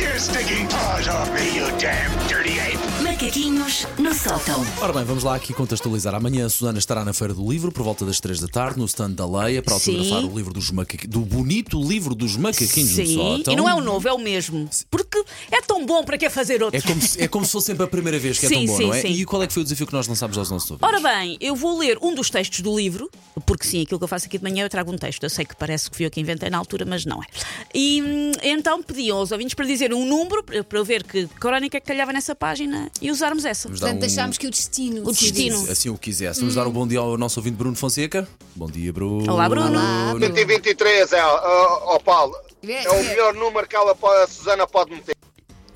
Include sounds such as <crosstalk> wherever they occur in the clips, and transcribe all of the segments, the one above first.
your stinking paws off me, you damn dirty ape! Macaquinhos no sótão. Ora bem, vamos lá aqui contextualizar. Amanhã a Susana estará na Feira do Livro por volta das 3 da tarde no stand da Leia para Sim. autografar o livro dos macaquinhos, do bonito livro dos macaquinhos então no Sim, sótão. e não é o novo, é o mesmo. Porque é tão bom para que fazer outro? É como, se, é como se fosse sempre a primeira vez que é Sim, tão bom, sim, não é? sim. E qual é que foi o desafio que nós lançámos aos nossos ouvintes? Ora bem, eu vou ler um dos textos do livro, porque sim, aquilo que eu faço aqui de manhã eu trago um texto. Eu sei que parece que fui eu que inventei na altura, mas não é. E hum, então pediam aos ouvintes para dizer um número, para para eu ver que crónica é que calhava nessa página e usarmos essa. Vamos dar Portanto, um- achámos que o destino. O decidisse. destino. Assim o quisesse. Vamos dar um bom dia ao nosso ouvinte Bruno Fonseca. Bom dia, Bruno. Olá, Bruno. Olá, Bruno. 123 é, ó ó, Paulo, é o melhor número que ela, pode- a Susana pode meter.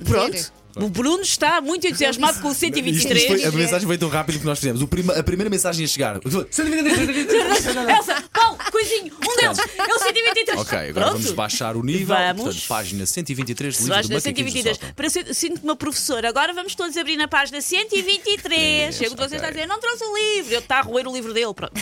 Pronto. O Bruno está muito entusiasmado com o um Isto- isto 123. foi- a mensagem foi tão rápida que nós fizemos. O prima- a primeira mensagem a <laughs> chegar. Elsa, Paulo, coisinho, um deles, é o 123. Ok, agora Pronto. vamos baixar o nível. Vamos. Portanto, página 123 do livro Página do Macaquinhos do 122. Sótão. Para ser- Sinto-me uma professora. Agora vamos todos abrir na página 123. Chego de vocês É, ok. a dizer, não trouxe o livro. Eu está a roer o livro dele. <laughs> Pronto.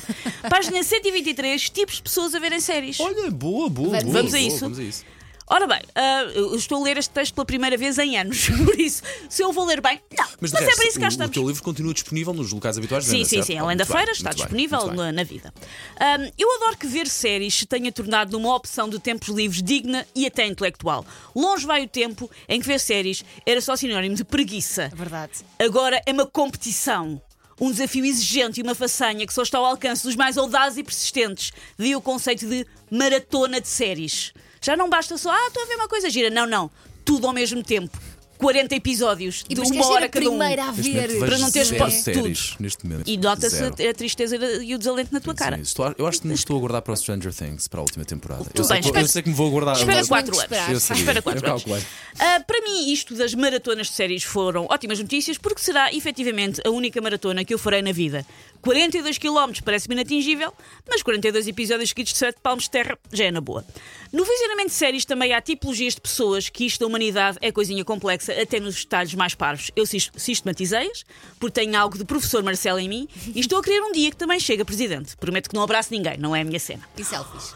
Página 123, tipos de pessoas a verem séries. Olha, boa, boa, Vamos- boa, vamos a boa, isso? Vamos a isso. Ora bem, ah, eu estou a ler este texto pela primeira vez em anos. <laughs> Por isso, se eu vou ler bem, não. Mas, de é resto, para isso que o- cá o estamos. teu livro continua disponível nos locais habituais da Sim, Ana, sim, certo? sim. Ah, Além da muito bem, feira, está muito bem, disponível muito bem. na, na vida. Ahm, eu adoro que ver séries se tenha tornado numa opção de tempos livres digna e até intelectual. Longe vai o tempo em que ver séries era só sinónimo de preguiça. É Verdade. Agora é uma competição. Um desafio exigente e uma façanha que só está ao alcance dos mais audazes e persistentes. Daí o conceito de maratona de séries. Já não basta só, ah, estou a ver uma coisa gira. Não, não. Tudo ao mesmo tempo. 40 episódios E de depois uma queres ser hora a cada um. primeira a Neste ver. momento Para não vejo teres zero pa- séries neste momento. E nota-se Zero. a tristeza e o desalento na tua cara. Sim, estou a- eu acho que não estou a guardar para o Stranger Things para a última temporada. Tu eu, sei tens, que, eu espera- sei que me vou guardar. Espera Vamos quatro muito anos. esperar. eu sabia, Espera eu quatro anos. calculei. Ah, para mim, isto das maratonas de séries foram ótimas notícias, porque será efetivamente a única maratona que eu farei na vida. 42 km parece-me inatingível, mas 42 episódios seguidos de 7 palmos de terra já é na boa. No funcionamento de séries também há tipologias de pessoas que isto da humanidade é coisinha complexa, até nos detalhes mais parvos. Eu sis- sistematizei-as, porque tenho algo de professor Marcelo em mim, e estou a querer um dia que também chegue a presidente. Prometo que não abraço ninguém, não é a minha cena. E selfies.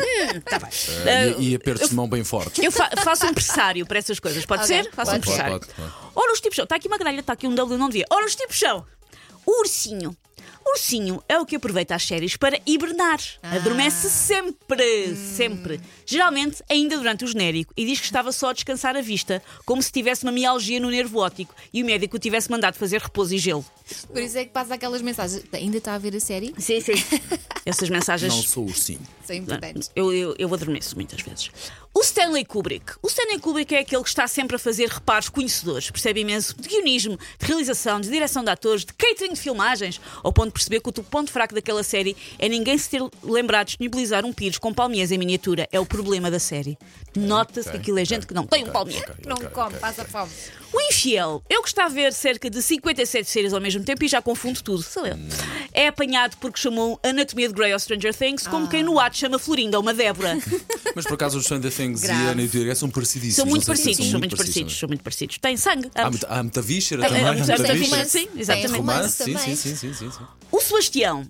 Ah, E, e apertos de mão bem fortes. Eu fa- faço um empresário para essas coisas, pode Ok, ser? Faço um pode. empresário. Pode, pode, Ora, os tipos são. Está aqui uma grelha, está aqui um W, não devia. Ora, os tipos são. O ursinho. O ursinho é o que aproveita as séries para hibernar. Adormece sempre, sempre. Geralmente, ainda durante o genérico. E diz que estava só a descansar a vista, como se tivesse uma mialgia no nervo óptico e o médico o tivesse mandado fazer repouso e gelo. Por isso é que passa aquelas mensagens. Ainda está a ver a série? Sim, sim. Essas mensagens. Não sou ursinho. Isso é importante. Eu, eu, eu adormeço muitas vezes. O Stanley Kubrick. O Stanley Kubrick é aquele que está sempre a fazer reparos conhecedores, percebe imenso de guionismo, de realização, de direção de atores, de catering de filmagens, ao ponto de perceber que o ponto fraco daquela série é ninguém se ter lembrado de disponibilizar um pires com palmiers em miniatura. É o problema da série. Nota-se que aquilo é gente que não tem um palmier. Que não come, passa fome. O infiel é o que está a ver cerca de 57 séries ao mesmo tempo e já confundo tudo, sou eu. É apanhado porque chamou Anatomia de Grey ao Stranger Things, como quem no ato chama Florinda uma Débora. Mas por acaso os Stranger Things e Grave. a Ana Teoria são parecidíssimos. são muito não sei se parecidos, são muito parecidos, não são muito parecidos. Tem sangue. é? Há ambos. muita- Há muita víscera Ah, também. ah, há ah, muita tem víscera. romance, sim, exatamente. Tem romance Romance, sim, sim, também. sim, sim, sim, sim. O Sebastião.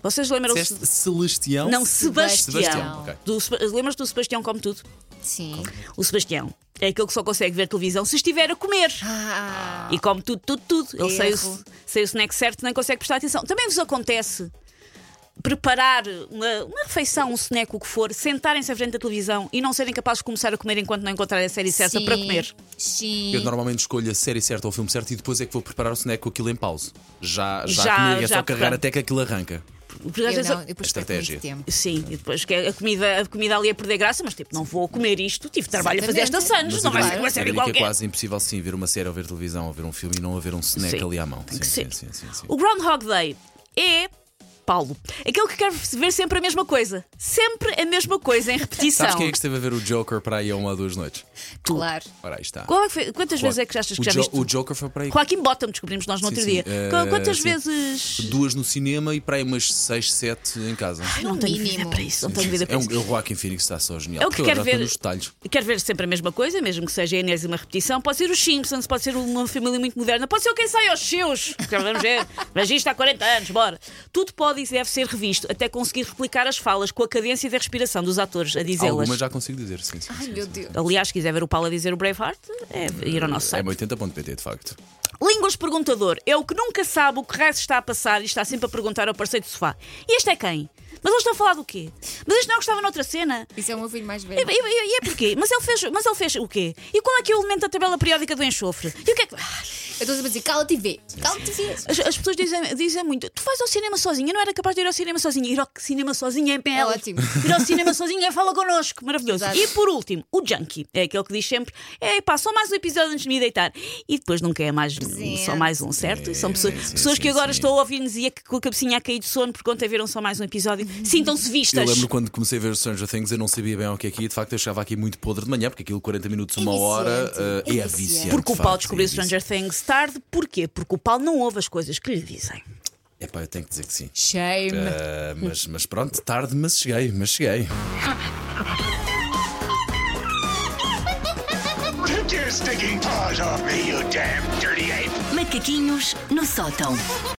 Vocês lembram-se? Disseste Celestial. Não, Sebastião. Sebastião, ok. Do Seba- Lembras do Sebastião come tudo? Sim. O Sebastião é aquele que só consegue ver televisão se estiver a comer. Ah, E come tudo, tudo, tudo. Ele sai o, Erro. sai o snack certo, nem consegue prestar atenção. Também vos acontece preparar uma, uma refeição, um snack, o que for, sentarem-se à frente da televisão e não serem capazes de começar a comer enquanto não encontrarem a série certa sim. é para comer. Sim. Eu normalmente escolho a série certa ou o filme certo e depois é que vou preparar o snack com aquilo em pausa. Já, já, Já- comigo é já, só carregar portanto. até que aquilo arranca. Porque às Eu vezes- não, eu depois perco Estratégia. muito tempo. Sim, e depois que a comida, a comida ali a perder graça, mas tipo, não vou comer isto, tive trabalho a fazer esta Exatamente. Santos, Mas não eu vai diria- ser uma eu série diria que qualquer. É quase impossível sim ver uma série ou ver televisão ou ver um filme e não haver um snack Sim, ali à mão. tem sim, que sim, ser. sim, sim, sim. O Groundhog Day é. Paulo, aquele que quer ver sempre a mesma coisa, sempre a mesma coisa em repetição. Sabes quem é que esteve a ver o Joker para aí há uma ou duas noites? É Claro. Ora, aí está. Qual é que foi- Quantas vezes é que achas que o, já Jo- viste? o Joker foi para aí Joaquim Bottom, descobrimos nós no outro Sim, dia. sim, eh, Qu- Quantas sim. vezes. duas no cinema e para aí umas seis, sete em casa. Ai, não tenho mínimo. vida para isso, não tenho vida É para um, isso. o Joaquin Phoenix está só genial. É o que Tá, Porque quero ele já ver. está nos detalhes. Quero ver sempre a mesma coisa, mesmo que seja a enésima repetição. Pode ser os Simpsons, pode <laughs> ser uma família muito moderna, pode ser o quem sai aos seus. que Vamos ver. Mas isto há 40 anos, bora. Tudo pode códice deve ser revisto até conseguir replicar as falas com a cadência da respiração dos atores a dizê-las. Algumas já consigo dizer, sim. sim, Ai, sim, meu sim. Deus. Aliás, se quiser ver o Paulo a dizer o Braveheart, é ir ao nosso É site. 80.pt, de facto. Línguas perguntador é o que nunca sabe o que resto está a passar e está sempre a perguntar ao parceiro do sofá. E este é quem? Mas eles estão a falar do quê? Mas este não gostava noutra cena? Isso é o meu filho mais velho. E, e- e um- é porquê? Mas ele, fez, mas ele fez o quê? E qual é que é o elemento da tabela periódica do enxofre? E o que é que. Ah, Eu estou sempre a dizer, cala-te e vê. Cala-te e vê. As, as pessoas dizem, dizem muito: tu vais ao cinema sozinha, eu não era capaz de ir ao cinema sozinha. Ir ao cinema sozinha é belo. ótimo. Ir ao cinema sozinha é fala connosco. Maravilhoso. Exato. E por último, o Junkie. É aquele que diz sempre: é pá, só mais um episódio antes de me deitar. E depois nunca é mais Presente. só mais um, certo? São pessoas, sim, pessoas sim, que agora sim. estão a ouvir-nos e é que com a cabecinha a cair de sono porque ontem viram só mais um episódio. Sintam-se Eu vistas. lembro quando comecei a ver Stranger Things, eu não sabia bem o que é que ia. De facto, eu chegava aqui muito podre de manhã, porque aquilo 40 minutos, uma hora, Viciante. eh, é É viciante. viciante. Porque o de Paulo facto, descobriu é viciante. Stranger Things tarde. Porquê? Porque o Paulo não ouve as coisas que lhe dizem. É pá, eu tenho que dizer que sim. Shame. Ah, mas, mas pronto, tarde, mas cheguei, mas cheguei. Take your stinking paws off me, you damn dirty ape! Macaquinhos no sótão.